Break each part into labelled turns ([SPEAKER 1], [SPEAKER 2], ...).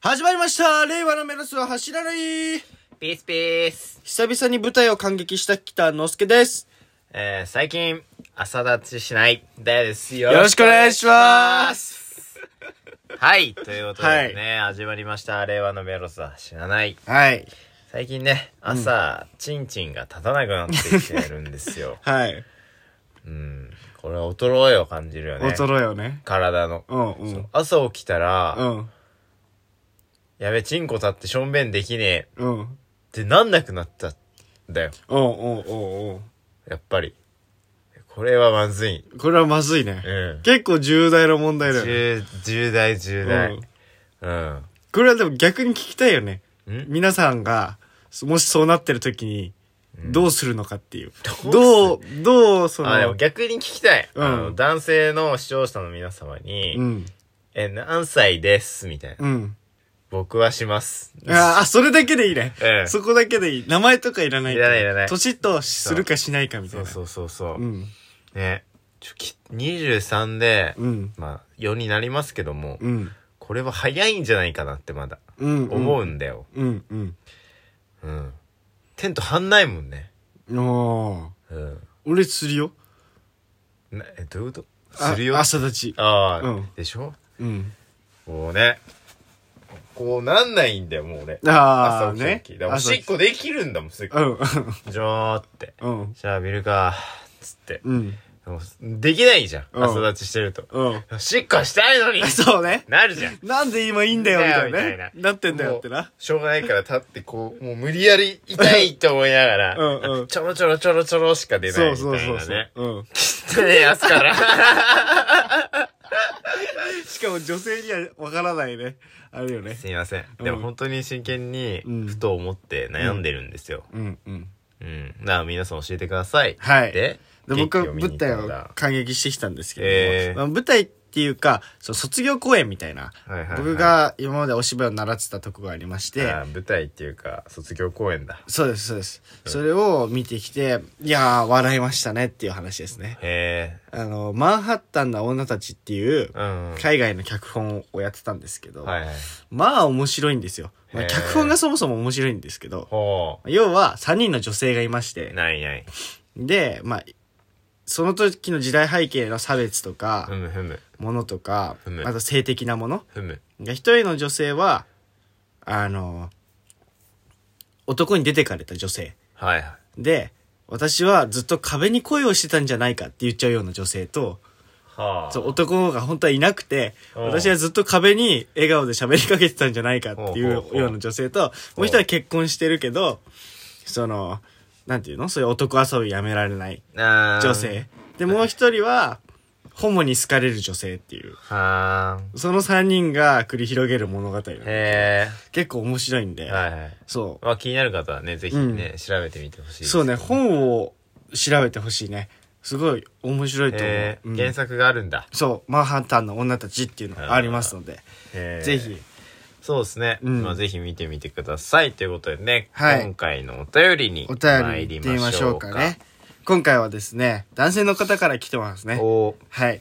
[SPEAKER 1] 始まりました令和の目指すは走らない久
[SPEAKER 2] ピースピース。
[SPEAKER 1] 々に舞台を感激した北之助です。
[SPEAKER 2] えー、最近、朝立ちしないです。よ
[SPEAKER 1] よろしくお願いします。
[SPEAKER 2] はい、ということでね、始まりました。令和のメロスは知らない。
[SPEAKER 1] はい。。
[SPEAKER 2] 最近ね、朝、チンチンが立たなくなってきてるんですよ
[SPEAKER 1] はい。
[SPEAKER 2] うん。これは衰えを感じるよね。
[SPEAKER 1] 衰えよね。
[SPEAKER 2] 体の。
[SPEAKER 1] うんう。
[SPEAKER 2] そうん朝起きたら、
[SPEAKER 1] うん。
[SPEAKER 2] やべ、チンコ立ってしょんべんできねえ
[SPEAKER 1] うん。うん
[SPEAKER 2] ってなんなくなったんだよ。
[SPEAKER 1] うんうんう
[SPEAKER 2] やっぱり。これはまずい。
[SPEAKER 1] ん。これはまずいね。
[SPEAKER 2] うん。
[SPEAKER 1] 結構重大な問題だよね。
[SPEAKER 2] 重、重大、重
[SPEAKER 1] う
[SPEAKER 2] 大
[SPEAKER 1] ん。
[SPEAKER 2] うん。
[SPEAKER 1] これはでも逆に聞きたいよね。
[SPEAKER 2] ん
[SPEAKER 1] 皆さんが、もしそうなってる時に、どうするのかっていう。ど
[SPEAKER 2] ど
[SPEAKER 1] う、どう、その、
[SPEAKER 2] あ、でも逆に聞きたい。
[SPEAKER 1] うん
[SPEAKER 2] あの男性の視聴者の皆様に、
[SPEAKER 1] うん。
[SPEAKER 2] え、何歳ですみたいな。
[SPEAKER 1] うん。
[SPEAKER 2] 僕はします。
[SPEAKER 1] ああ、それだけでいいね。
[SPEAKER 2] うん
[SPEAKER 1] そこだけでいい。名前とかいらない。
[SPEAKER 2] いらないいらない
[SPEAKER 1] 年とするかしないかみたい
[SPEAKER 2] そう
[SPEAKER 1] な。
[SPEAKER 2] そうそうそう。
[SPEAKER 1] うん。
[SPEAKER 2] ね。ちょき23で、
[SPEAKER 1] うん。
[SPEAKER 2] まあ、4になりますけども、
[SPEAKER 1] うん。
[SPEAKER 2] これは早いんじゃないかなってまだ、
[SPEAKER 1] うん。
[SPEAKER 2] 思
[SPEAKER 1] う。
[SPEAKER 2] うんだよ。
[SPEAKER 1] うん。う
[SPEAKER 2] うん。テント張んないもんね。
[SPEAKER 1] ん。おー。
[SPEAKER 2] うん。
[SPEAKER 1] 俺するよ。
[SPEAKER 2] なえ、どういうこと
[SPEAKER 1] あ
[SPEAKER 2] するよ。あ
[SPEAKER 1] 朝立ち。
[SPEAKER 2] あー、
[SPEAKER 1] うん
[SPEAKER 2] でしょ
[SPEAKER 1] うん。
[SPEAKER 2] こうね。こうなんないんだよ、もう俺。
[SPEAKER 1] あ
[SPEAKER 2] 朝
[SPEAKER 1] あ、
[SPEAKER 2] 起きた
[SPEAKER 1] ね
[SPEAKER 2] 時。だからおしっこできるんだもん、すぐ。
[SPEAKER 1] うん。
[SPEAKER 2] じゃーって。
[SPEAKER 1] うん。
[SPEAKER 2] じゃあ見るか、つって。
[SPEAKER 1] うん。
[SPEAKER 2] でもできないじゃん。
[SPEAKER 1] うん
[SPEAKER 2] 朝立ちしてると。
[SPEAKER 1] うん。
[SPEAKER 2] おしっこしたいのに
[SPEAKER 1] そうね。
[SPEAKER 2] なるじゃん。
[SPEAKER 1] なんで今いいんだよ、みたい
[SPEAKER 2] いい
[SPEAKER 1] なん
[SPEAKER 2] だよ
[SPEAKER 1] ね
[SPEAKER 2] み。たいな
[SPEAKER 1] なってんだよってな。
[SPEAKER 2] しょうがないから立ってこう、もう無理やり痛いと思いながら、
[SPEAKER 1] うんうん
[SPEAKER 2] ちょろちょろちょろちょろしか出ない
[SPEAKER 1] そう
[SPEAKER 2] みたい
[SPEAKER 1] そ
[SPEAKER 2] な
[SPEAKER 1] う
[SPEAKER 2] ね。
[SPEAKER 1] そうそう。うん。
[SPEAKER 2] 汚ねえ朝から。
[SPEAKER 1] しかも女性にはわからないね。あるよね。
[SPEAKER 2] すいません。
[SPEAKER 1] うん
[SPEAKER 2] でも本当に真剣に、
[SPEAKER 1] うん
[SPEAKER 2] ふと思って悩んでるんですよ。
[SPEAKER 1] うんうん。
[SPEAKER 2] うん。なあ皆さん教えてください。
[SPEAKER 1] はい
[SPEAKER 2] で、
[SPEAKER 1] で僕は
[SPEAKER 2] 劇を見に行
[SPEAKER 1] 舞
[SPEAKER 2] った
[SPEAKER 1] 台
[SPEAKER 2] ん
[SPEAKER 1] を
[SPEAKER 2] だ
[SPEAKER 1] 感激してきたんですけども、
[SPEAKER 2] えー
[SPEAKER 1] まあ舞台っていうかそう卒業公演みたいな、
[SPEAKER 2] はいはいはい
[SPEAKER 1] 僕が今までお芝居を習ってたとこがありまして、
[SPEAKER 2] ああ舞台っていうか、卒業公演だ。
[SPEAKER 1] そうですそうです、それを見てきていやー笑いましたねっていう話ですね
[SPEAKER 2] へ
[SPEAKER 1] あのマンハッタンな女たちっていう
[SPEAKER 2] え。うん。はい
[SPEAKER 1] 海外の脚本をやってたんですけど、
[SPEAKER 2] はい。
[SPEAKER 1] まあ面白いんですよ、まあ、
[SPEAKER 2] へー
[SPEAKER 1] 脚本がそもそも面白いんですけど
[SPEAKER 2] ほ
[SPEAKER 1] 要は3人の女性がいまして
[SPEAKER 2] う。ないない。
[SPEAKER 1] でまあその時の時代背景の差別とか、
[SPEAKER 2] ふむふむ。
[SPEAKER 1] ものとか、
[SPEAKER 2] うん
[SPEAKER 1] あと性的なもの。
[SPEAKER 2] ふむ。
[SPEAKER 1] 一人の女性は、あの、男に出てかれた女性。
[SPEAKER 2] はいはい。
[SPEAKER 1] で、私はずっと壁に恋をしてたんじゃないかって言っちゃうような女性と、
[SPEAKER 2] はあ。
[SPEAKER 1] そう男が本当はいなくて、
[SPEAKER 2] うん
[SPEAKER 1] 私はずっと壁に笑顔で喋りかけてたんじゃないかっていう
[SPEAKER 2] ほうほうほう
[SPEAKER 1] ような女性と、もう一人は結婚してるけど、その、なんていうのそういう男遊びやめられない
[SPEAKER 2] あー
[SPEAKER 1] 女。性。で、もう一人は、ホモに好かれる女性っていう。
[SPEAKER 2] はあ。
[SPEAKER 1] その3人が繰り広げる物語
[SPEAKER 2] へ
[SPEAKER 1] 結構面白いんで、
[SPEAKER 2] え。はいはい。
[SPEAKER 1] そ
[SPEAKER 2] まあ気になる方はね、ぜひね、調べてみてほしいうです。
[SPEAKER 1] そうね本を調べてほしいねすごい面白いと思う、
[SPEAKER 2] へえ。
[SPEAKER 1] うん
[SPEAKER 2] 原作があるんだ。
[SPEAKER 1] そう「マンハッタンの女たち」っていうのがありますので、
[SPEAKER 2] へえ
[SPEAKER 1] ぜ。ひ
[SPEAKER 2] そうですね。
[SPEAKER 1] うん
[SPEAKER 2] まあぜひ見てみてください。ということでね、
[SPEAKER 1] はい
[SPEAKER 2] 今回のお便りに
[SPEAKER 1] お便
[SPEAKER 2] 参
[SPEAKER 1] り行
[SPEAKER 2] り
[SPEAKER 1] ってみ
[SPEAKER 2] ま
[SPEAKER 1] ま
[SPEAKER 2] し
[SPEAKER 1] し
[SPEAKER 2] ょ
[SPEAKER 1] ょ
[SPEAKER 2] う
[SPEAKER 1] う
[SPEAKER 2] か。
[SPEAKER 1] かね今回はですね男性の方から来てますね
[SPEAKER 2] お
[SPEAKER 1] はい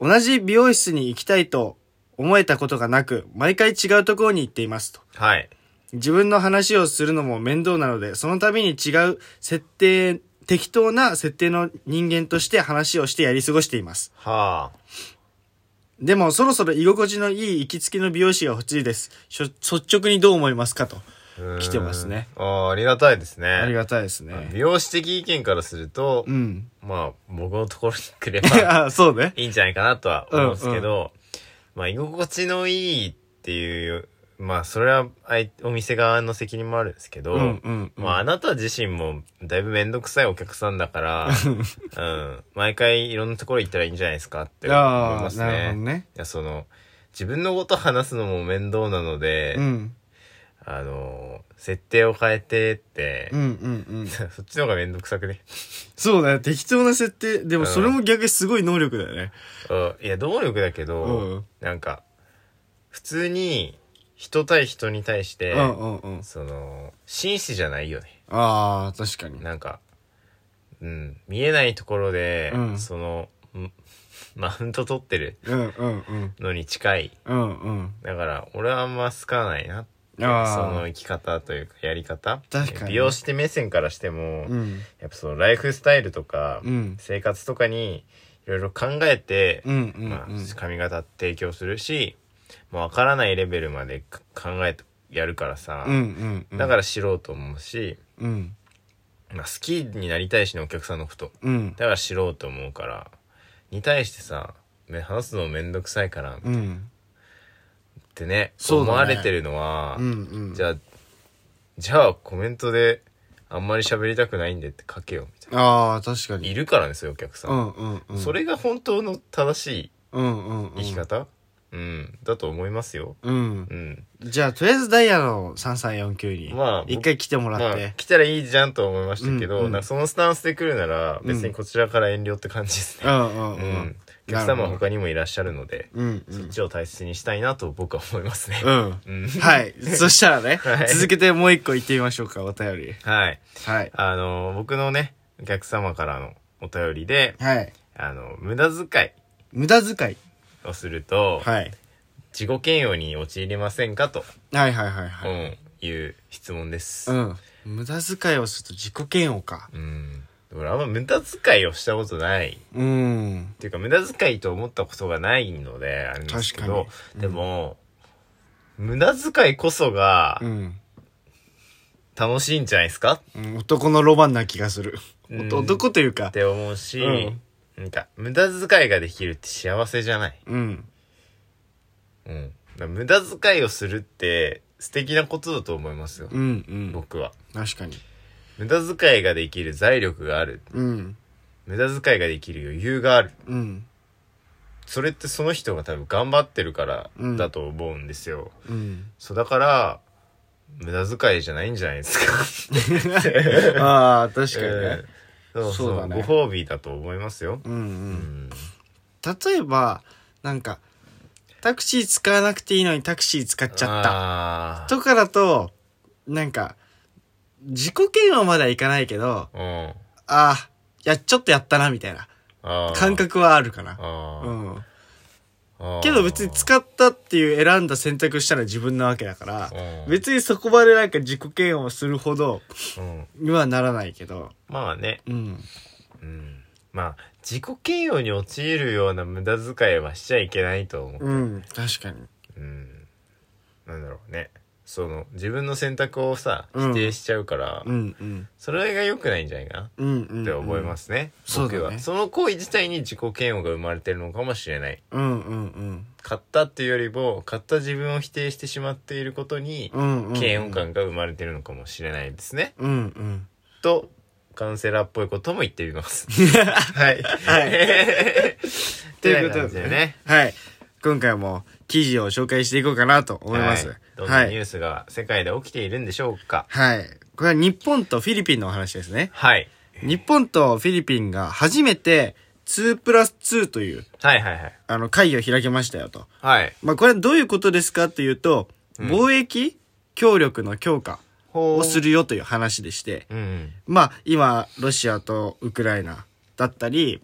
[SPEAKER 1] 同じ美容室に行きたいと思えたことがなく毎回違うところに行っていますと
[SPEAKER 2] はい。
[SPEAKER 1] 自分の話をするのも面倒なので、その度に違う設定、適当な設定の人間として話をしてやり過ごしています。
[SPEAKER 2] はあ。
[SPEAKER 1] でもそろそろ居心地のいい行きつけの美容師が欲しいです。しょ率直にどう思いますかと。
[SPEAKER 2] うーん
[SPEAKER 1] 来てますね。
[SPEAKER 2] あーありがたいですね。
[SPEAKER 1] ありがたいですね。
[SPEAKER 2] 美容師的意見からすると、
[SPEAKER 1] うん。
[SPEAKER 2] まあ僕のところに来れば
[SPEAKER 1] あ、そうね。
[SPEAKER 2] いいんじゃないかなとは思うんですけど、まあ居心地のいいっていう、まあそれはあいお店側の責任もあるんですけど、
[SPEAKER 1] うんうんうん
[SPEAKER 2] まああなた自身もだいぶめんどくさいお客さん だから、うん、毎回いろんなところ行ったらいいんじゃないですかって思い
[SPEAKER 1] あ
[SPEAKER 2] ま
[SPEAKER 1] あ、
[SPEAKER 2] す
[SPEAKER 1] なるほど
[SPEAKER 2] ね。
[SPEAKER 1] ね。
[SPEAKER 2] いやその自分のこと話すのも面倒なので、
[SPEAKER 1] うん。
[SPEAKER 2] あの設定を変えてって
[SPEAKER 1] うんう、んうん。
[SPEAKER 2] そっちの方がめんどくさくね。
[SPEAKER 1] そうだね。適当な設定。でもそれも逆にすごい能力だよね。
[SPEAKER 2] うんいや能力だけど、
[SPEAKER 1] うん
[SPEAKER 2] なんか普通に人対人に対して、
[SPEAKER 1] うんうんうん。
[SPEAKER 2] その紳士じゃないよね
[SPEAKER 1] ああ、確かに。
[SPEAKER 2] なんか、うん、見えないところで、
[SPEAKER 1] うん
[SPEAKER 2] そのんマウント取ってる
[SPEAKER 1] うんうんうん。
[SPEAKER 2] のに近い。
[SPEAKER 1] うんうん。
[SPEAKER 2] だから、俺はあんま好かないな。そ
[SPEAKER 1] あ
[SPEAKER 2] の生き方というか、やり方。
[SPEAKER 1] 確かに
[SPEAKER 2] 美容師って目線からしても、
[SPEAKER 1] あ。うん。
[SPEAKER 2] やっぱそのライフスタイルとか、
[SPEAKER 1] うん
[SPEAKER 2] 生活とかに、いろいろ考えて、
[SPEAKER 1] うんうんうん
[SPEAKER 2] まあ、髪型提供するし、もうわからないレベルまでか考えてやるからさ、
[SPEAKER 1] うんうんうん。
[SPEAKER 2] だから知ろうと思うし、
[SPEAKER 1] うん。
[SPEAKER 2] まあ、好きになりたいしね、お客さんのこと。
[SPEAKER 1] うん。
[SPEAKER 2] だから知ろうと思うから、に対してさ、め話すのめんどくさいからっ
[SPEAKER 1] うん。
[SPEAKER 2] てね、
[SPEAKER 1] そうだね
[SPEAKER 2] 思われてるのは、
[SPEAKER 1] うんうん。
[SPEAKER 2] じゃあ、じゃあコメントで、あんまり喋りたくないんでって書けよ、みたい
[SPEAKER 1] ああ、確か
[SPEAKER 2] な。
[SPEAKER 1] に。
[SPEAKER 2] いるからね、そういうお客さ。
[SPEAKER 1] うんんうんうん。
[SPEAKER 2] それが本当の正しい
[SPEAKER 1] うんうんう
[SPEAKER 2] 生き
[SPEAKER 1] ん。
[SPEAKER 2] 方、うん、だと思いますよ。
[SPEAKER 1] うん
[SPEAKER 2] う。ん。
[SPEAKER 1] じゃあ、とりあえずダイヤの3349に、
[SPEAKER 2] まあ
[SPEAKER 1] 一回来てもら
[SPEAKER 2] ま
[SPEAKER 1] っ
[SPEAKER 2] あ
[SPEAKER 1] て、。
[SPEAKER 2] 来たらいいじゃんと思いましたけ
[SPEAKER 1] うん
[SPEAKER 2] ど、
[SPEAKER 1] うん
[SPEAKER 2] なんかそのスタンスで来るなら、
[SPEAKER 1] うん
[SPEAKER 2] 別にこちらから遠慮って感じですね。
[SPEAKER 1] うんうん
[SPEAKER 2] う
[SPEAKER 1] うん
[SPEAKER 2] ん。。お客様は
[SPEAKER 1] なるほ
[SPEAKER 2] 他にもいらっしゃるので、
[SPEAKER 1] うんう
[SPEAKER 2] そっ
[SPEAKER 1] ん。
[SPEAKER 2] ちを大切にしたいなと僕は思いますね。
[SPEAKER 1] うん。
[SPEAKER 2] うん。
[SPEAKER 1] はい。そしたら ね、
[SPEAKER 2] はい
[SPEAKER 1] 続けてもう一個行ってみましょうか、お便り。
[SPEAKER 2] はい。
[SPEAKER 1] はい。
[SPEAKER 2] あの、僕のね、お客様からのお便りで、
[SPEAKER 1] はい。
[SPEAKER 2] あの、無駄遣
[SPEAKER 1] 無駄遣い。
[SPEAKER 2] いをすると、
[SPEAKER 1] はい。
[SPEAKER 2] 自己嫌悪に陥りませんかと、
[SPEAKER 1] はいはいはいは
[SPEAKER 2] う
[SPEAKER 1] い。
[SPEAKER 2] ん、いう質問です。
[SPEAKER 1] うん。無駄遣いをすると自己嫌悪か。
[SPEAKER 2] うん。俺あんま無駄遣いをしたことない。っ
[SPEAKER 1] うん。
[SPEAKER 2] ていうか、無駄遣いと思ったことがないので、あれなんですけど
[SPEAKER 1] 確、
[SPEAKER 2] でも、無駄遣いこそが
[SPEAKER 1] うん。
[SPEAKER 2] 楽しいんじゃないですか
[SPEAKER 1] うん男のロマンな気がする。
[SPEAKER 2] う
[SPEAKER 1] お
[SPEAKER 2] ん
[SPEAKER 1] と男という
[SPEAKER 2] っ
[SPEAKER 1] か。
[SPEAKER 2] て思うし、
[SPEAKER 1] うん
[SPEAKER 2] なんか、無駄遣いができるって幸せじゃない。
[SPEAKER 1] うん。
[SPEAKER 2] うん。だから無駄遣いをするって素敵なことだと思いますよ。
[SPEAKER 1] うんうん。
[SPEAKER 2] 僕は。
[SPEAKER 1] 確かに。
[SPEAKER 2] 無駄遣いができる財力がある。
[SPEAKER 1] うん。
[SPEAKER 2] 無駄遣いができる余裕がある。
[SPEAKER 1] うん。
[SPEAKER 2] それってその人が多分頑張ってるから
[SPEAKER 1] うん
[SPEAKER 2] だと思うんですよ。
[SPEAKER 1] うん。
[SPEAKER 2] そうだから、無駄遣いじゃないんじゃないですか。
[SPEAKER 1] ああ、確かに
[SPEAKER 2] う
[SPEAKER 1] ね
[SPEAKER 2] ん。そうそ
[SPEAKER 1] そううだね
[SPEAKER 2] ご褒美だと思いますよ。
[SPEAKER 1] うんう。
[SPEAKER 2] うんん。
[SPEAKER 1] 例えば、なんか、タクシー使わなくていいのにタクシー使っちゃった。
[SPEAKER 2] あー
[SPEAKER 1] とかだと、なんか、自己嫌悪まではいかないけど、
[SPEAKER 2] うん。
[SPEAKER 1] ああ、いや、ちょっとやったな、みたいな
[SPEAKER 2] あー
[SPEAKER 1] 感。覚はあるかな。
[SPEAKER 2] あー
[SPEAKER 1] うん。
[SPEAKER 2] あー
[SPEAKER 1] けど別に使ったっていう選んだ選択したら自分なわけだから、
[SPEAKER 2] うん
[SPEAKER 1] 別にそこまでなんか自己嫌悪をするほど
[SPEAKER 2] うん。
[SPEAKER 1] にはならないけど、
[SPEAKER 2] まあね。
[SPEAKER 1] うん。
[SPEAKER 2] うん。まあ、自己嫌悪に陥るような無駄遣いはしちゃいけないと思う。
[SPEAKER 1] うん、確かに。
[SPEAKER 2] うん。なんだろうね。その、自分の選択をさ、
[SPEAKER 1] うん
[SPEAKER 2] 否定しちゃうから、
[SPEAKER 1] うんうん。
[SPEAKER 2] それが良くないんじゃないかな。
[SPEAKER 1] うんうん、うん。。
[SPEAKER 2] って思いますすね。
[SPEAKER 1] そうだね
[SPEAKER 2] 僕は。その行為自体に自己嫌悪が生まれてるのかもしれない。
[SPEAKER 1] うんうんうん。
[SPEAKER 2] 買ったっていうよりも、買った自分を否定してしまっていることに
[SPEAKER 1] う、んうん、うん。
[SPEAKER 2] 嫌悪。感が生まれてるのかもしれないですね。
[SPEAKER 1] うんうん。
[SPEAKER 2] と、カウンセラーっぽいことも言って みます。はい。はい。
[SPEAKER 1] ということで
[SPEAKER 2] でね
[SPEAKER 1] ね。。はい。今回も記事を紹介していこうかなと思います。
[SPEAKER 2] はいどん
[SPEAKER 1] は
[SPEAKER 2] なニュ
[SPEAKER 1] い。
[SPEAKER 2] ースが世界で起きているんでしょうか。
[SPEAKER 1] はい。これは日本とフィリピンのお話ですね。
[SPEAKER 2] はい。
[SPEAKER 1] 日本とフィリピンが初めて2プラス2という
[SPEAKER 2] はいはいはい。
[SPEAKER 1] あの会議を開けましたよと。
[SPEAKER 2] はい。
[SPEAKER 1] まあこれはどういうことですかっていうと、
[SPEAKER 2] うん
[SPEAKER 1] 貿易協力の強化
[SPEAKER 2] ほ
[SPEAKER 1] をす。るよという話でして、
[SPEAKER 2] うん。
[SPEAKER 1] まあ今ロシアとウクライナだったり、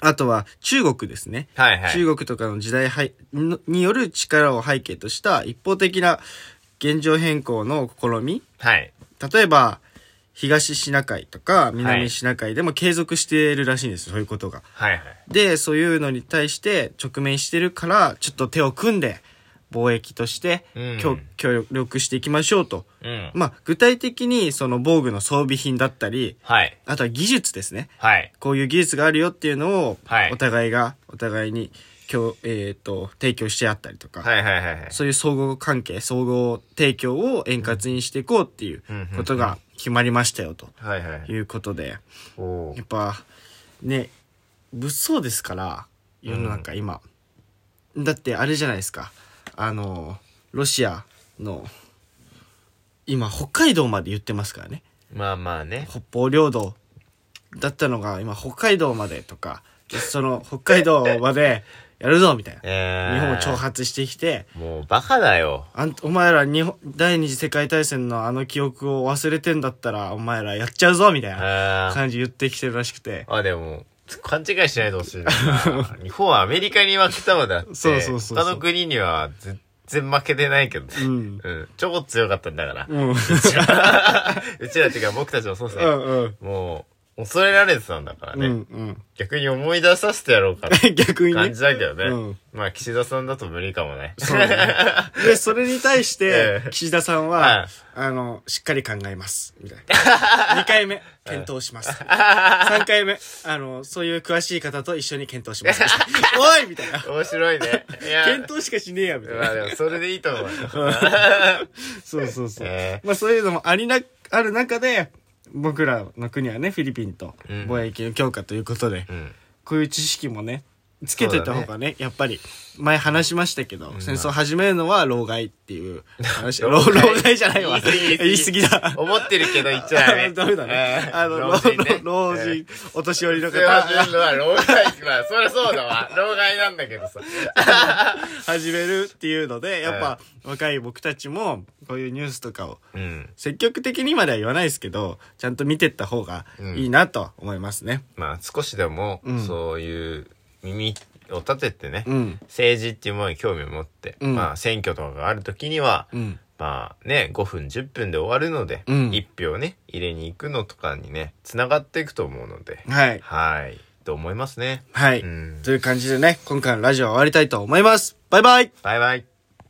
[SPEAKER 1] あとは中国ですね。
[SPEAKER 2] はいはい。
[SPEAKER 1] 中国とかの時代背のによる力を背景とした一方的な現状変更の試み
[SPEAKER 2] はい。
[SPEAKER 1] 例えば東シナ海とか南シナ海でも継続しているらしいんです、そういうことが。
[SPEAKER 2] はいはい。
[SPEAKER 1] でそういうのに対して直面してるからちょっと手を組んで貿易として
[SPEAKER 2] うん
[SPEAKER 1] 協,、協力していきましょうと。
[SPEAKER 2] うん。
[SPEAKER 1] まあ具体的にその防具の装備品だったり
[SPEAKER 2] はい。
[SPEAKER 1] あとは技術ですね。
[SPEAKER 2] はい。
[SPEAKER 1] こういう技術があるよっていうのを
[SPEAKER 2] はい
[SPEAKER 1] お互いがお互いに今日、えー、と提供してあったりとか、
[SPEAKER 2] はいはいはいはい。
[SPEAKER 1] そういう総合関係、総合提供を円滑にしていこうっていうことが決まりましたよと
[SPEAKER 2] はいはいはい
[SPEAKER 1] い。うことで、
[SPEAKER 2] おー
[SPEAKER 1] やっぱね、物騒ですから、世の中今。だってあれじゃないですか、あの、ロシアの、今北海道まで言ってますからね。
[SPEAKER 2] まあまあね。
[SPEAKER 1] 北方領土だったのが今北海道までとか、その北海道までやるぞみたいな。
[SPEAKER 2] えー、
[SPEAKER 1] 日本を挑発してきて、
[SPEAKER 2] もうバカだよ。
[SPEAKER 1] あんお前ら日本、第二次世界大戦のあの記憶を忘れてんだったら、お前らやっちゃうぞみたいな
[SPEAKER 2] あー
[SPEAKER 1] 感じ言ってきてるらしくて。
[SPEAKER 2] あ、でも、勘違いしないでほしい な日本はアメリカに負けたのだって
[SPEAKER 1] そうそうそうそう
[SPEAKER 2] 他の国には全然負けてないけどね、
[SPEAKER 1] うん
[SPEAKER 2] うん、ちょこ強かったんだから
[SPEAKER 1] うんうん
[SPEAKER 2] うちら うちらっていうか僕たちもそうですね、
[SPEAKER 1] うん
[SPEAKER 2] もう恐れられてたんだから
[SPEAKER 1] う
[SPEAKER 2] ね、
[SPEAKER 1] ん
[SPEAKER 2] 逆に思い出させてやろうかって
[SPEAKER 1] うん逆にね
[SPEAKER 2] 感じだけどね、
[SPEAKER 1] うん
[SPEAKER 2] まあ岸田さんだと無理かもね
[SPEAKER 1] そうだねで、それに対して
[SPEAKER 2] え、え
[SPEAKER 1] 岸田さん
[SPEAKER 2] は、
[SPEAKER 1] はいあの、しっかり考えます。みたいな。2回目、検討 します。3回目、あの、そういう詳しい方と一緒に検討します。 おいみたいな。
[SPEAKER 2] 面白いねいや
[SPEAKER 1] 検討しかしねえや、みたい
[SPEAKER 2] ま
[SPEAKER 1] な。
[SPEAKER 2] あでもそれでいいと思うよ
[SPEAKER 1] そうそうそう
[SPEAKER 2] え。
[SPEAKER 1] まあそういうのもありな、ある中で、僕らの国はね、フィリピンと
[SPEAKER 2] うん
[SPEAKER 1] 貿易の強化ということで、
[SPEAKER 2] うん
[SPEAKER 1] こういう知識もね、つけといた方
[SPEAKER 2] そ
[SPEAKER 1] がね、やっぱり、前話しましたけど、
[SPEAKER 2] ん
[SPEAKER 1] 戦争始めるのは老害っていう話。老
[SPEAKER 2] 老
[SPEAKER 1] 老
[SPEAKER 2] 害
[SPEAKER 1] 害じゃないわ。
[SPEAKER 2] 言い過ぎ
[SPEAKER 1] 言い過ぎだ。
[SPEAKER 2] 思ってるけど言っちゃダメ
[SPEAKER 1] ダメだね。
[SPEAKER 2] うん
[SPEAKER 1] あの、老
[SPEAKER 2] 老人
[SPEAKER 1] 人
[SPEAKER 2] ね、
[SPEAKER 1] 老人、お年寄りの
[SPEAKER 2] それは
[SPEAKER 1] 方、
[SPEAKER 2] のは老害まあそりゃそうだわ老害なんだけどさ
[SPEAKER 1] 始めるっていうので、やっぱ、若い僕たちも、こういうニュースとかを、
[SPEAKER 2] うん
[SPEAKER 1] 積極的にまでは言わないですけど、ちゃんと見てった方がいいなと思いますね。
[SPEAKER 2] まあ少しでも
[SPEAKER 1] うん
[SPEAKER 2] そういう耳を立ててね、
[SPEAKER 1] うん。
[SPEAKER 2] 政治っていうものに興味を持って、
[SPEAKER 1] うん
[SPEAKER 2] まあ選挙とかがある時には、
[SPEAKER 1] うん。
[SPEAKER 2] まあね5分10分で終わるので、
[SPEAKER 1] うん
[SPEAKER 2] 一票ね入れに行くのとかにねつながっていくと思うので
[SPEAKER 1] はい。
[SPEAKER 2] はいと思いますね
[SPEAKER 1] はい。
[SPEAKER 2] うん
[SPEAKER 1] という感じでね、今回のラジオは終わりたいと思います。バイバイ
[SPEAKER 2] バイバイ